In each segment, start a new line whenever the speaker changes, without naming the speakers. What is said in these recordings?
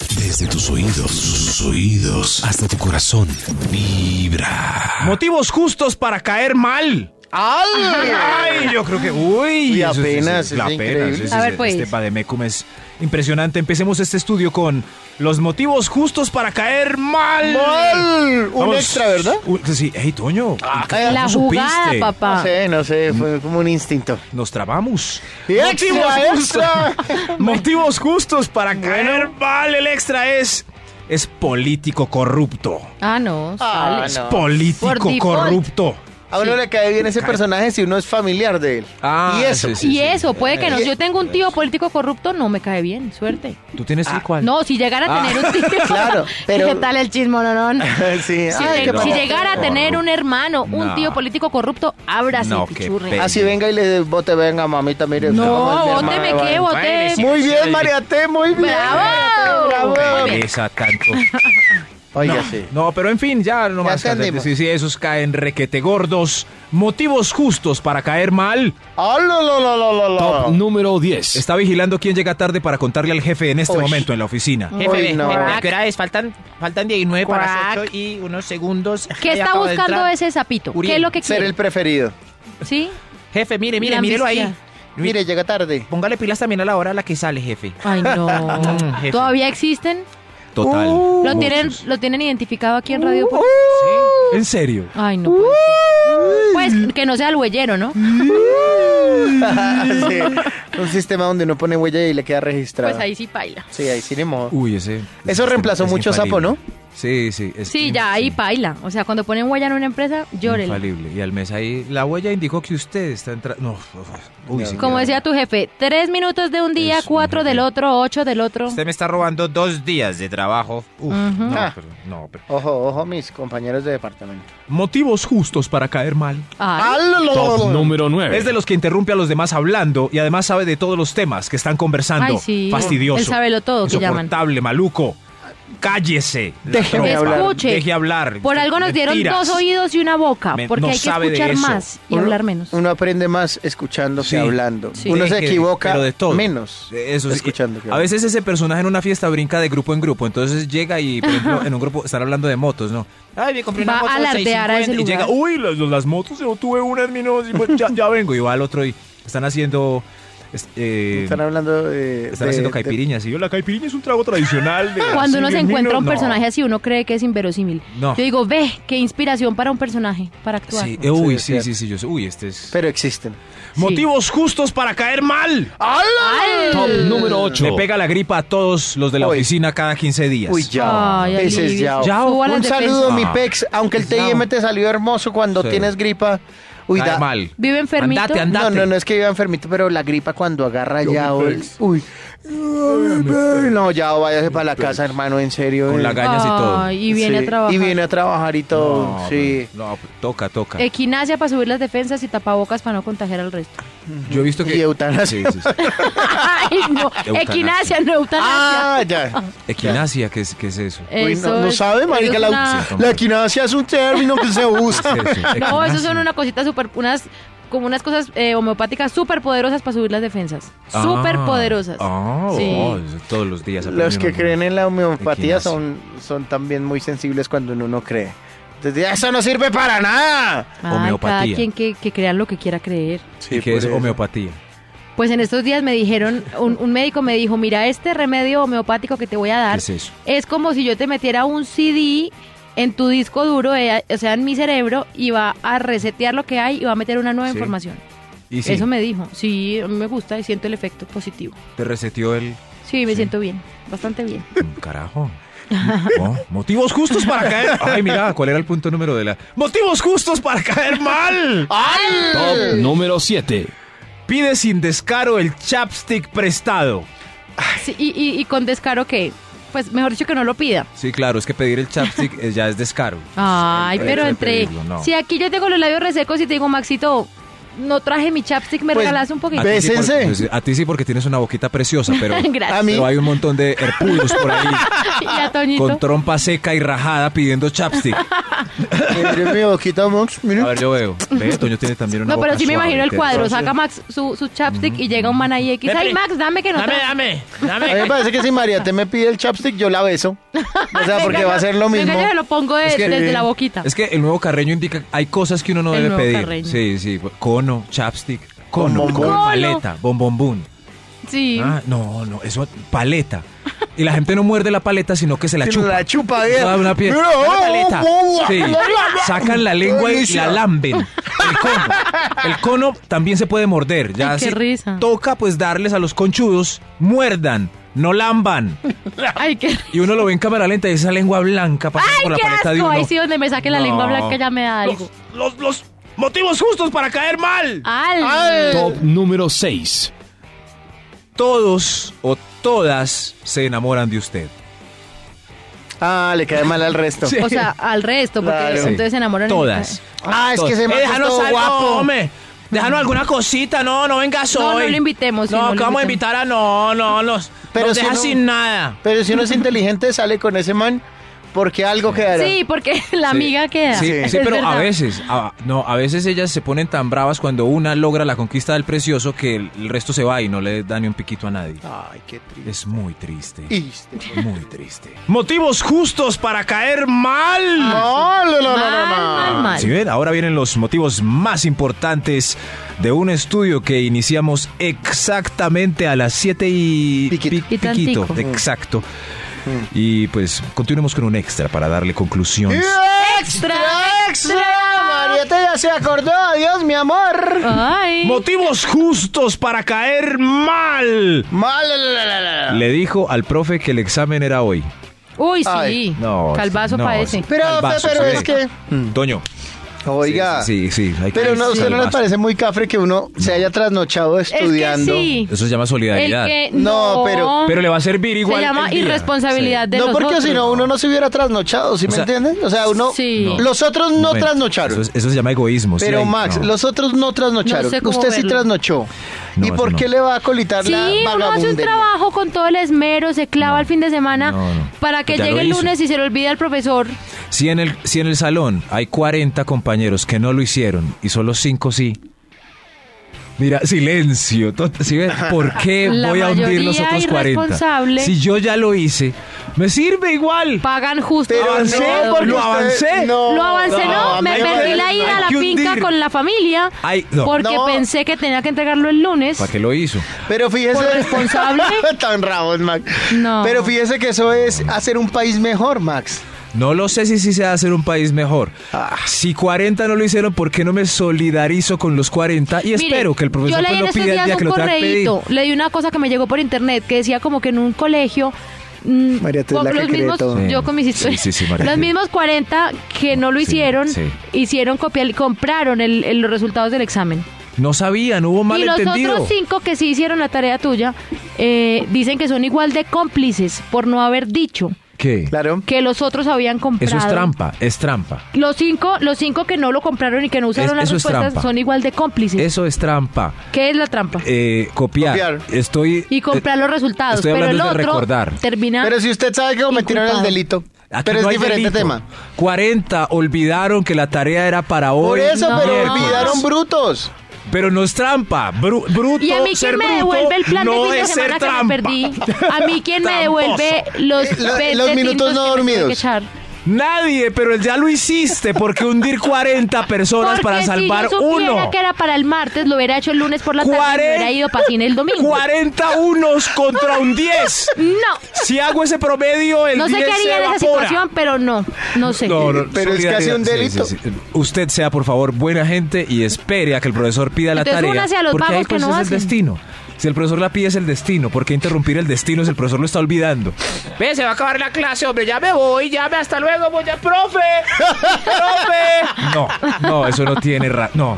Desde tus oídos, sus oídos, hasta tu corazón. Vibra.
Motivos justos para caer mal. Ay, yo creo que. Uy,
Uy,
eso sí,
apenas,
sí,
es
la
increíble.
sí, sí,
A ver,
sí,
pues.
Este Pademecum es impresionante. Empecemos este estudio con los motivos justos para caer mal.
¡Mal! Un
Vamos.
extra, ¿verdad? Ah,
Un- sí, hey, Toño. ¿cómo
La
Ah, supiste?
jugada,
No
papá.
sé, no sé, fue como un instinto.
Nos trabamos.
¡Extra, extra!
motivos justos para caer mal. El extra es. Es político corrupto.
Ah, no.
Ah,
sale.
Es
no.
Por
político
default.
corrupto.
A uno le cae bien ese personaje si uno es familiar de él.
Ah,
y eso.
sí, sí.
y eso, puede que no.
Eh,
Yo tengo un tío político corrupto, no me cae bien, suerte.
¿Tú tienes el cual?
Ah, No, si llegara a tener un tío.
Ah, Claro, pero-
¿Qué tal el chismononón?
Sí,
Si,
ay,
te-
qué
eh, si
pena.
llegara a tener un hermano, un
No.
tío político corrupto, ábrase,
No, qué
pichurre.
pena.
Así Ah, venga y le bote, venga, mamita, mire. usted cómo es
No,
mi
bote, me
hermano, vale.
qué, bote.
Muy bien, Mariate, muy bien.
¡Bravo!
Bravo.
Muy bien.
Esa tanto.
Oiga,
no,
sí.
no, pero en fin, ya no
Ya
más.
entendimos.
Sí, sí, esos caen requete gordos. Motivos justos para caer mal.
¡Ah, lo, lo, lo, lo, lo, lo!
Top número 10.
Está vigilando quién llega tarde para contarle al jefe en este
Uy. Mm.
momento en la oficina.
Jefe,
Uy, no.
jefe, ¿qué hora es? Faltan, faltan 19 para
Crack.
las 8 y unos segundos.
¿Qué
Ahí
está
acabo de
buscando
entrar.
ese sapito? ¿Qué
Uriel,
es lo que
Ser
quiere?
el preferido.
¿Sí?
Jefe, mire, mire,
La
mírelo ahí.
ambicia.
Mire,
Mire, llega tarde.
póngale pilas también a la hora a la que sale, jefe.
Ay, no.
jefe.
¿Todavía existen?
Uh.
Total.
¿Lo tienen,
Muchos.
¿Lo tienen identificado aquí en Radio Pop?
¿En serio?
Ay, no. puede ser. Pues que no sea el huellero, ¿no?
Sí, Un sistema donde uno pone huella y le queda registrado.
Pues ahí sí paila.
Sí, ahí sí, ni modo.
Uy, ese.
Eso reemplazó mucho Sapo, ¿no?
Sí, sí. es
Sí, ya ahí
infalible.
paila. O sea, cuando ponen huella en una empresa, llórele.
Infalible. Y al mes ahí, la huella indicó que usted está entrando. No, uf, uy, sí,
Como
mira.
decía tu jefe, tres minutos de un día,
Es un
cuatro del
jefe.
otro, ocho del otro.
Usted me está robando dos días de trabajo.
Uf,
Ah.
no, pero, no, pero-
Ojo, ojo, mis compañeros de departamento.
Motivos justos para caer mal.
Ay,
Top número 9.
Es de los que interrumpe a los demás hablando y además sabe de todos los temas que están conversando.
Ay, sí.
Fastidioso.
Él sabe lo todo que llaman.
Insoportable, maluco. Cállese.
Déjeme
La tropa.
hablar.
Escuche.
Deje hablar.
por algo nos dieron
Mentiras.
dos oídos y una boca,
Me-
porque
no
hay que
sabe de
escuchar
eso.
más y
Uno-
hablar menos.
Uno aprende más escuchando
Sí.
que hablando.
Sí.
Uno se
Deje,
equivoca
pero de todo.
menos
De Eso sí.
escuchando que
A veces ese personaje en una fiesta brinca de grupo en grupo. Entonces llega y, por ejemplo, en un grupo están hablando de motos, ¿no?
Ah. Ay, me compré
Va
una moto
a
de
alardear a ese
650
Y
lugar.
llega, uy, las, las motos, yo tuve una en mi noche, ya, ya vengo. Y va al otro y están haciendo. es- eh,
Están hablando de...
están
de-
haciendo
de-
caipiriñas. Y yo, la caipiriña es un trago tradicional. de
Cuando uno
así,
se
bien
encuentra
mino".
un
No.
personaje así, uno cree que es inverosímil.
No.
Yo digo, ve, qué inspiración para un personaje, para actuar.
Sí, eh, uy,
Sí,
sí,
es
sí, sí, yo sé. Uy, este es.
Pero existen.
Motivos justos para caer mal.
Ah,
Ah.
¡Ay!
Top número 8.
Le pega la gripa a todos los de la
Uy.
oficina cada 15 días.
Uy, ya.
Ay,
Ese
alivio.
es ya.
Yao. Suba
Un
las
saludo,
defensas.
mi
Ah.
pex. Aunque el
Yao.
TIM te salió hermoso cuando
Sí.
tienes gripa. Uy,
Cae
da-
mal.
Vive enfermito.
Andate,
No,
andate.
no, no es que iba enfermito, pero la gripa cuando agarra ya.
mi
el-
pex.
Uy. No, ya váyase para la casa, hermano, en serio.
Con la
eh.
gañas y todo.
Ay, y viene
Sí,
a trabajar.
Y viene a trabajar y todo.
No,
sí.
pero- no, pero toca, toca.
Eh, Equinacia para subir las defensas y tapabocas para no contagiar al resto.
Yo he visto que.
y eutanasia.
Sí, sí, sí.
Ay, no.
Eutanasia.
Equinasia, no eutanasia.
Ah, ya.
Equinasia, ¿qué es, qué es eso?
Uy,
Eso
no, no
es-
sabe,
eso
marica,
es
la,
una-
la equinacia es un término que se usa.
No, eso son una cosita súper... Unas, como unas cosas eh, homeopáticas súper poderosas para subir las defensas. Súper poderosas.
Ah,
Sí.
oh, todos los días.
Los que
aprendieron.
creen en la homeopatía
Equinacia.
son, son también muy sensibles cuando uno no cree. Entonces, eso no sirve para nada.
Ay,
Homeopatía.
Cada quien que, que crea lo que quiera creer.
¿Y qué
por
es
eso.
homeopatía?
Pues en estos días me dijeron, un, un médico me dijo, mira, este remedio homeopático que te voy a
¿Qué
dar
es eso?
es como si yo te metiera un CD en tu disco duro, eh, o sea, en mi cerebro, y va a resetear lo que hay y va a meter una nueva
Sí.
información.
Y sí,
Eso me dijo. Sí, a mí me gusta y siento el efecto positivo.
te reseteó el...
Sí, me
Sí.
siento bien, bastante bien.
Mm, Carajo. Oh, motivos justos para caer. Ay, mira, ¿cuál era el punto número de la? Motivos justos para caer mal.
Top número 7.
Pide sin descaro el chapstick prestado.
Sí, y, y- y con descaro que, pues mejor dicho que no lo pida.
Sí, claro, es que pedir el chapstick eh, ya es descaro.
Ay,
Hay
pero
que
entre...
pedirlo, no.
Si aquí yo tengo los labios resecos y te digo, Maxito, no traje mi chapstick, me
Pues,
regalas un
A
poquito.
ti sí,
Bésense.
porque- pues, a ti sí porque tienes una boquita preciosa, pero,
Gracias.
A mí-
pero hay un montón de herpudos por ahí
y a Toñito.
con trompa seca y rajada pidiendo chapstick. A
Mire mi boquita, Max. Mire.
ver, yo veo. Ve, Toño tiene también una
No, pero
boca
sí me
suave,
imagino el cuadro.
interesante.
Saca Max su, su chapstick y llega un man ahí X. Ay, Max, dame que no
Dame,
tra-
dame, dame.
A mí me parece que si María te me pide el chapstick, yo la beso. O sea,
Venga,
porque
yo-
va a ser lo
venga,
mismo.
yo se lo pongo de-
Es que-
desde la boquita.
Es que el nuevo carreño indica hay cosas que uno no
El
debe
nuevo
pedir.
carreño.
Sí, sí, cono, chapstick, cono,
Bombón.
cono,
Cono.
paleta, bombombún.
Sí.
Ah, no, no, eso paleta. Y la gente no muerde la paleta, sino que se la
Sino
chupa.
la chupa bien.
Ah, una pie-
Mira,
una
oh,
paleta.
oh, oh,
Sí.
oh, oh,
Sacan la lengua y
Delicia.
la lamben. El cono. El cono también se puede morder. Ya
Ay, qué
si
risa.
Toca pues darles a los conchudos, muerdan, no lamban.
Ay, qué,
Y uno lo ve en cámara lenta y esa lengua blanca pasando
ay,
por la
qué
paleta de
asco.
uno.
Ahí sí donde me saque la
No.
lengua blanca ya me da algo. Ah.
Los, los motivos justos para caer mal.
Al.
Top número 6.
Todos o todas se enamoran de usted.
Ah, le cae mal al resto.
Sí.
O sea, al resto, porque
Claro.
entonces se enamoran.
Todas.
Ah, es que
Todas.
se me
Eh,
hace
déjanos
todo
algo,
guapo.
hombre. Déjanos alguna cosita, no, no vengas
No, no
hoy.
lo invitemos, sí,
No,
no
que
lo
vamos a
invitemos.
invitar a no, no, nos,
Pero
nos
si
deja
no-
sin nada.
Pero si uno es inteligente, sale con ese man, porque algo quedará.
Sí, porque la amiga queda.
Sí,
Sí.
sí,
Es
pero a
verdad.
veces, a- no, a veces ellas se ponen tan bravas cuando una logra la conquista del precioso que el, el resto se va y no le da ni un piquito a nadie.
Ay, qué triste.
Es muy triste.
Triste.
Muy triste. Motivos justos para caer
Ah.
mal.
No, no, no, no, no,
Mal, mal,
no.
mal.
Si ven, ahora vienen los motivos más importantes de un estudio que iniciamos exactamente a las 7 y
Piquito.
pi-
Y tantico.
exacto.
Mm.
Y pues continuemos con un extra para darle conclusiones.
Extra, extra. Marieta ya se acordó. Adiós, mi amor.
Ay.
Motivos justos para caer mal.
Mal. la, la, la,
Ah.
la, la.
Le dijo al profe que el examen era hoy.
Uy, sí.
Ay,
no,
Calvazo
no,
pa' ese.
sí.
Pero,
Calvazo,
pero
sí.
es que.
Toño.
Oiga.
Sí, sí. sí, hay que-
Pero no, ¿usted no le
calvazo.
parece muy cafre que uno se haya trasnochado
Es que
estudiando?
sí.
Eso se llama
El
solidaridad.
que
No,
no,
pero-
Pero le va a servir
se
igual.
llama
el día.
irresponsabilidad de
No,
los
porque
otros.
si no, uno no se hubiera trasnochado, ¿sí
O sea,
me entienden? O sea, uno.
Sí. No.
Los otros no
Momento.
trasnocharon.
Eso, es- eso se llama egoísmo. sí,
pero
ahí-
Max,
no.
los otros no trasnocharon.
No sé cómo
Usted sí
verlo.
trasnochó.
No,
¿Y
eso
por
no.
qué le va a colitar la
Sí, uno hace un
vagabundería?
trabajo con todo el esmero, se clava el fin de semana
No, no.
para que
Ya lo
llegue el
hizo.
lunes y se le olvide al profesor.
Si en, el, si en el salón hay 40 compañeros que no lo hicieron y solo 5 sí. Mira, silencio. to- ¿sí ves? ¿Por qué
La
voy a hundir los
mayoría
otros 40?
irresponsable.
Si yo ya lo hice, me sirve igual.
Pagan justo.
Pero
al
Avancé,
no,
trabajador.
porque
Ah, lo
usted-
avancé.
lo avancé, no,
no,
me
hay
perdí
que-
la ida a
hay
la
que
finca
hundir.
con la familia
Ay, no.
porque
No.
pensé que tenía que entregarlo el lunes.
¿Para qué lo hizo?
Pero fíjese.
¿Por responsable?
Tan rabos, Max.
No.
Pero fíjese que eso es hacer un país mejor, Max.
No lo sé si sí se va a hacer un país mejor.
Ah.
Si 40 no lo hicieron, ¿por qué no me solidarizo con los 40? Y
Mire,
espero que el profesor
Yo
pues,
leí en
lo
estos
pida el
días
día que
un
lo tenga que pedir.
correíto. Leí una cosa que me llegó por internet que decía como que en un colegio. mm,
María, tú es
con
la que
los
cree
mismos,
todo.
Sí,
yo con mis
sí,
historias,
sí, sí, María,
los
sí.
mismos 40 que no lo
Sí,
hicieron,
sí.
hicieron copiar, compraron el- el- los resultados del examen.
No sabían, hubo
Y los
malentendido.
otros cinco que sí hicieron la tarea tuya eh, dicen que son igual de cómplices por no haber dicho
¿Qué?
Claro.
que los otros habían comprado.
Eso es trampa, es trampa.
Los cinco, los cinco que no lo compraron y que no usaron
Es-
las
eso es
respuestas
trampa.
son igual de cómplices.
Eso es trampa.
¿Qué es la trampa?
Eh, copiar.
Copiar.
Estoy.
y comprar
eh,
los resultados.
estoy
pero el
hablando
otro
de recordar.
termina.
Pero si usted sabe que cometieron el
Inculpado.
delito.
aquí
Pero
no
es
hay
diferente
delito.
tema.
40 olvidaron que la tarea era para
Por
hoy.
eso,
no.
pero
miércoles.
olvidaron brutos.
Pero no es trampa. Bru- bruto
y a mí
ser
quien me
bruto
devuelve el plan
no
de fin de
es ser
semana que me
trampa.
perdí. A mí quien me devuelve los,
Eh, lo-
veinte
los minutos
tintos
no
que me tuve que
dormidos.
echar.
Nadie, pero ya lo hiciste. Porque hundir 40 personas para
Porque
salvar
si yo supiera
uno.
que era para el martes, lo hubiera hecho el lunes por la tarde y me
Cuaren-
hubiera ido para cine el domingo.
40 unos contra un 10.
No,
Si hago ese promedio, el
no sé
10
qué
se
haría en esa
evapora.
situación, pero no, no sé.
No, no,
Pero es
solidaridad.
casi un
Sí,
delito.
sí, sí. Usted sea, por favor, buena gente y espere a que el profesor pida la
Entonces,
tarea.
únase a los
porque ahí
vagos que
pues
no
es el
hacen.
destino. Si el profesor la pide es el destino. ¿Por qué interrumpir el destino si el profesor lo está olvidando?
Ve, se va a acabar la clase, hombre. Ya me voy, ya me hasta luego, voy ya, profe. profe.
No, no, eso no tiene ra... No.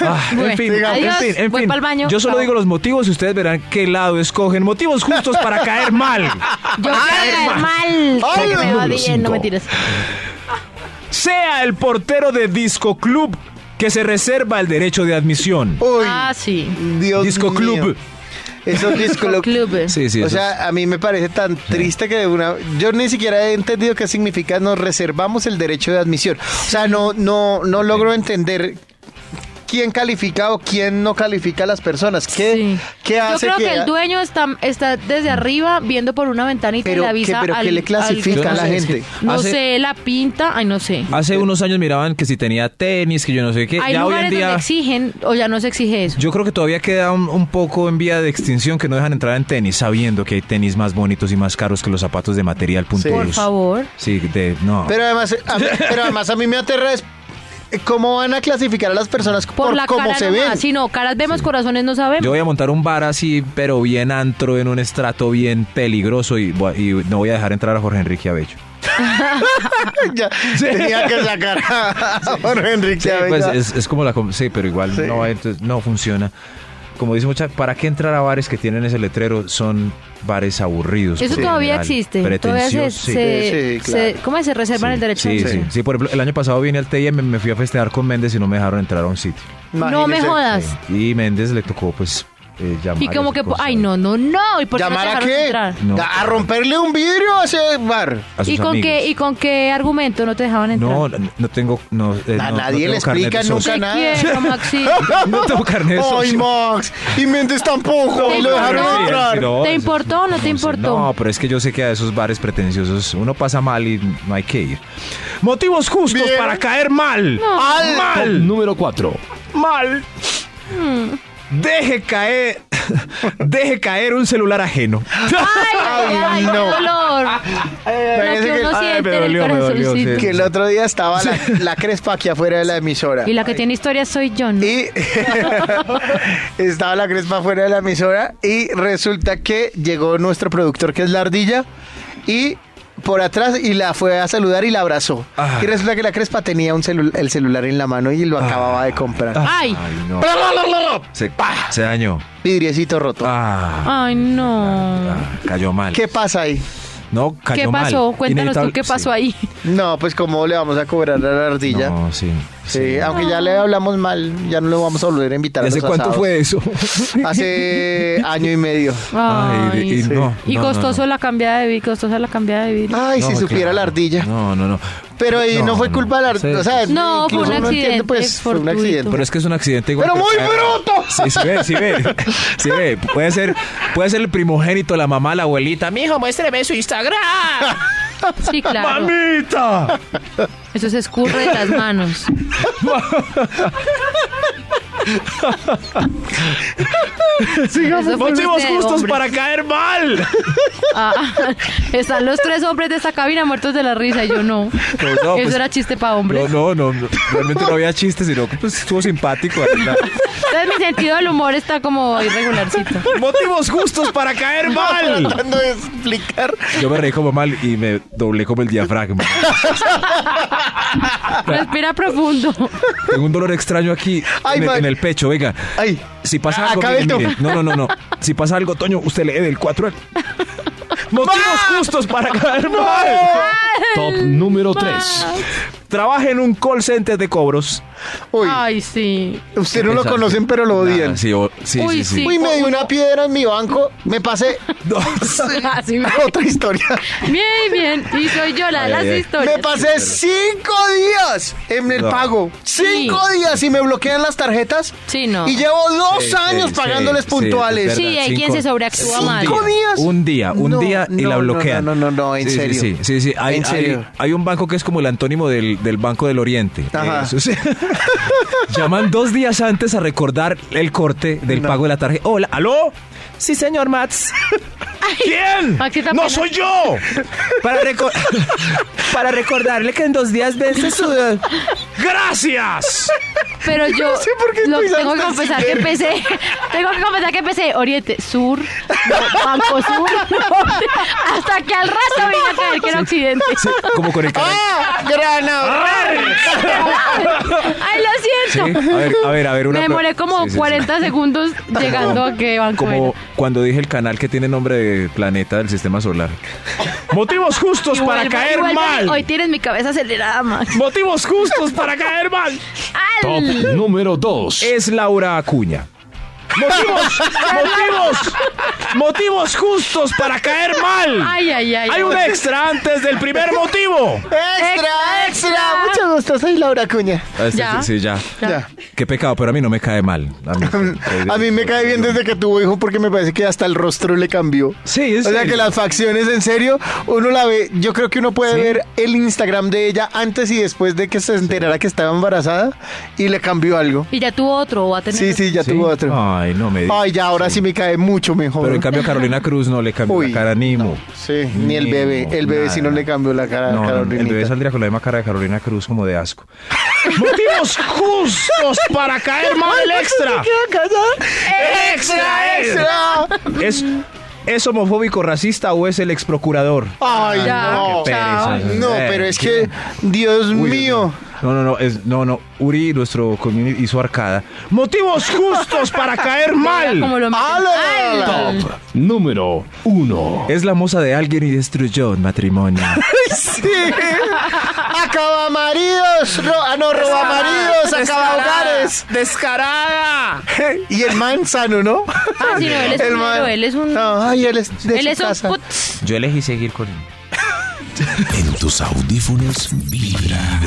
Ah,
Bueno,
en fin,
digamos, adiós, voy pa'l baño.
Yo solo
Chao.
digo los motivos y ustedes verán qué lado escogen. Motivos justos para caer mal.
Yo quiero ver mal.
Ay,
que me va
número
bien, no
cinco.
me tires.
Sea el portero de disco club que se reserva el derecho de admisión.
Uy,
Ah, sí.
Oh, Dios
Disco
mío.
Club.
Eso es disco
Disco
lo-
Club.
Sí, sí.
o
eso es-
sea, a mí me parece tan triste que de una yo ni siquiera he entendido qué significa nos reservamos el derecho de admisión. O sea, no no no logro entender quién califica o quién no califica a las personas. ¿Qué,
Sí.
qué hace
Yo creo que,
que
el dueño está, está desde arriba viendo por una ventanita
Pero
y le
que-
avisa
pero que
al,
le
al
clasifica
que-
a la
no sé,
gente.
No
Hace-
sé, la pinta, ay, no sé.
Hace unos años miraban que si tenía tenis, que yo no sé qué.
Hay
ya hoy en
lugares
día.
donde exigen o ya no se exige eso.
Yo creo que todavía queda un, un poco en vía de extinción que no dejan entrar en tenis, sabiendo que hay tenis más bonitos y más caros que los zapatos de material punto
Sí.
por
us.
favor.
Sí, de, no.
Pero además, a mí, pero además a mí me aterra es cómo van a clasificar a las personas por,
Por, la
cómo
cara
se
nomás.
ven.
Si no, caras vemos, corazones no sabemos.
Yo voy a montar un bar así, pero bien antro, en un estrato bien peligroso y, voy- y no voy a dejar entrar a Jorge Enrique Abello.
Ya, Tenía que sacar a a Jorge Enrique
Sí, pues,
Avellaneda.
es, es como la... com- Sí, pero igual
Sí.
No, entonces, no funciona. Como dice mucha, ¿para qué entrar a bares que tienen ese letrero? Son bares aburridos.
Eso
por lo
todavía
general,
existe. Todavía se,
pretenciosos,
Sí,
se-
claro.
se- ¿cómo es? se reservan el
sí,
derecho de
sí,
admisión.
sí. Por ejemplo, el año pasado vine al TIM, me, me fui a festejar con Méndez y no me dejaron entrar a un sitio.
No me
Imagínese.
jodas.
Y Méndez le tocó, pues, eh, llamar.
Ah, Y como
ese
que, pues,
cosa.
ay, no, no, no. ¿Y por qué no te
¿Llamar a
dejaron
qué?
entrar?
No.
A romperle un vidrio a ese bar.
A sus
¿Y con,
amigos.
qué, ¿Y con qué argumento no te dejaban entrar?
No, no no tengo. No, eh, no-
A
no
nadie
tengo
le
carnet
explica
de
nunca
socio.
Te
nada.
quiero, Maxi.
No tengo carnet de
Ay,
socio.
Max. Y Méndez tampoco.
Te
y lo dejaron
importó.
entrar.
No,
¿Te
eso-
importó o no te
sé.
importó?
No, pero es que yo sé que a esos bares pretenciosos uno pasa mal y no hay que ir. Motivos justos
Bien.
para caer mal.
Al-
Mal.
Número 4.
mal.
Hmm.
Deje caer. Deje caer un celular ajeno.
Ay, ay, ay,
Ay,
qué
no.
dolor. Lo
parece
que
que-
uno
ay,
siente
me
en el
dolió, me dolió, sí.
corazoncito.
Que el otro día estaba la, la crespa aquí afuera de la emisora.
Y la que tiene historia soy yo, ¿no?
Y estaba la crespa afuera de la emisora. Y resulta que llegó nuestro productor, que es la ardilla. Y por atrás y la fue a saludar y la abrazó.
Ah.
Y resulta que la crespa tenía un celu- el celular en la mano y lo acababa de
Ah.
comprar.
Ay.
no. Se, se dañó.
Vidriecito roto.
Ah,
Ay, no.
ah, cayó mal.
¿Qué pasa ahí?
No, cayó
¿Qué
mal.
pasó? Cuéntanos tú
Inevitable-
qué pasó
sí.
ahí.
No, pues como le vamos a cobrar a la ardilla.
No, sí.
Sí, aunque ya le hablamos mal, ya no lo vamos a volver a invitar. a
¿Hace
los
cuánto
asados.
fue eso?
Hace año y medio.
Ay,
Ay, y- y
sí.
no,
Y
no, no,
costoso
no.
la cambiada de vida, costosa la cambiada de vida.
Ay, si
No,
supiera
claro.
la ardilla.
No, no, no.
Pero ahí no, fue culpa de la
Sí.
ardilla. O sea,
No,
incluso
fue un
uno entiende,
accidente
pues, fue un
fortuito.
accidente.
Pero es que es un accidente igual.
Pero
que-
muy bruto.
Sí, sí ve, sí ve. Sí ve. Puede ser, puede ser el primogénito, la mamá, la abuelita. Mi
Mijo, muéstreme su Instagram.
Sí, claro.
¡Mamita!
Eso se escurre de las manos. Eso fue
Motivos
usted,
justos
hombre.
para caer mal.
Ah, están los tres hombres de esta cabina muertos de la risa y yo
no,
no. Eso
pues-
era chiste para hombres.
No, no, no, no. Realmente no había chistes, sino que pues, estuvo simpático. ¿verdad?
Entonces mi sentido del humor está como irregularcito.
Motivos justos para caer mal.
Tratando de explicar.
Yo me reí como mal y me doblé como el diafragma.
Respira profundo.
Tengo un dolor extraño aquí
Ay,
en, el,
madre.
en el pecho, oiga.
Ay. Ah,
Si pasa algo,
Acabe
mire,
el
mire, no, no, no, no. Si pasa algo, Toño, usted lee del 4 Motivos justos para caer mal.
Top número 3.
Trabaja en un call center de cobros.
Uy,
Ay, sí.
usted no lo
Pesante.
conocen, pero lo odian.
Nah, sí, o- sí, sí,
Uy,
sí.
sí.
Uy, me dio una piedra en mi banco. Me pasé
No,
Así me-
otra historia.
Bien, bien. Y soy yo la de
Ay,
las
ay, ay.
historias.
Me pasé cinco días en el
No.
pago. Cinco días y me bloquean las tarjetas.
Sí, no.
Y llevo dos
Sí,
años
Eh, sí,
pagándoles
sí,
puntuales.
es verdad,
Sí, hay quien se sobreactúa
un
mal.
día,
¿Cinco días?
Un día, un
No,
día y
no,
la
no,
bloquean.
no, no, no, en
Sí, sí,
serio.
Sí, sí, sí. Hay,
En
hay-
serio.
hay un banco que es como el antónimo del, del Banco del Oriente. Eh,
Ajá.
Eso sí. Llaman dos días antes a recordar el corte del pago de la tarjeta. Hola, ¿aló? Sí, señor Mats. ¿Quién?
Maxito,
¡No
apenas-
soy yo! Para, reco- para recordarle que en dos días vence su...
eh,
¡Gracias!
Pero yo
sé por qué
lo-
estoy
tengo que
tan
confesar que empecé. Tengo que confesar que empecé Oriente Sur, no, Banco Sur, Norte, hasta que al rato vine a caer que era Occidente.
Sí, como con el canal.
¡Ah! ¡Gran ahorro!
Ay, lo
Sí, a
siento.
ver, a ver, a ver.
Me
una pro-
demoré como
Sí, sí, sí.
40 segundos llegando a que Banco
Como
era.
cuando dije el canal que tiene nombre de planeta del sistema solar. Motivos justos
Y vuelvo, y vuelvo, y Hoy tienes mi cabeza acelerada, Max.
Motivos justos para caer mal.
¡Ay,
Top número 2.
es Laura Acuña. Motivos, motivos, motivos justos para caer mal.
Ay, ay, ay.
Hay un extra antes del primer motivo.
¡Extra,
Extra,
extra!
extra.
Mucho gusto, soy Laura Cuña.
Ya.
Ah, este Sí, sí, ya.
Ya.
Qué pecado, pero a mí no me cae mal. A mí,
A mí me cae bien desde que tuvo hijo porque me parece que hasta el rostro le cambió.
Sí, es
O sea
serio.
que las facciones, en serio, uno la ve. Yo creo que uno puede
Sí.
ver el Instagram de ella antes y después de que se enterara que estaba embarazada y le cambió algo.
Y ya tuvo otro, o va a tener
Sí, sí, ya
¿Sí?
tuvo otro.
Ay, no me digas.
Ay, ya ahora sí. me cae mucho mejor.
Pero en cambio a Carolina Cruz no le cambió
Uy,
la cara ni mu.
Sí, ni el bebé. El bebé sí no
nada.
le cambió la cara a
No, no, no, el
Carolinita.
bebé saldría con la misma cara de Carolina Cruz como de asco. Motivos justos para caer mal el extra.
¡Extra, extra!
¿Es, ¿Es homofóbico, racista o es el exprocurador?
Ay,
Ya,
no.
qué pereza.
No,
Eh,
pero es
qué-
que, Dios
Uy, Dios
mío.
No, no, no, es, no, no. Uri, nuestro community, hizo arcada. Motivos justos para caer mal.
Como lo
¡Alo!
Ay,
Top número 1.
Es la moza de alguien y destruyó un matrimonio.
Sí. Acaba maridos, ro- ah, no, roba maridos, acaba hogares.
Descarada.
Y el man sano, ¿no?
Ah, sí, no, él es
El
un
man-
héroe, él es un...
No, ay, él es de
él
su
es un...
casa.
putz.
Yo elegí seguir con él.
En tus audífonos vibra.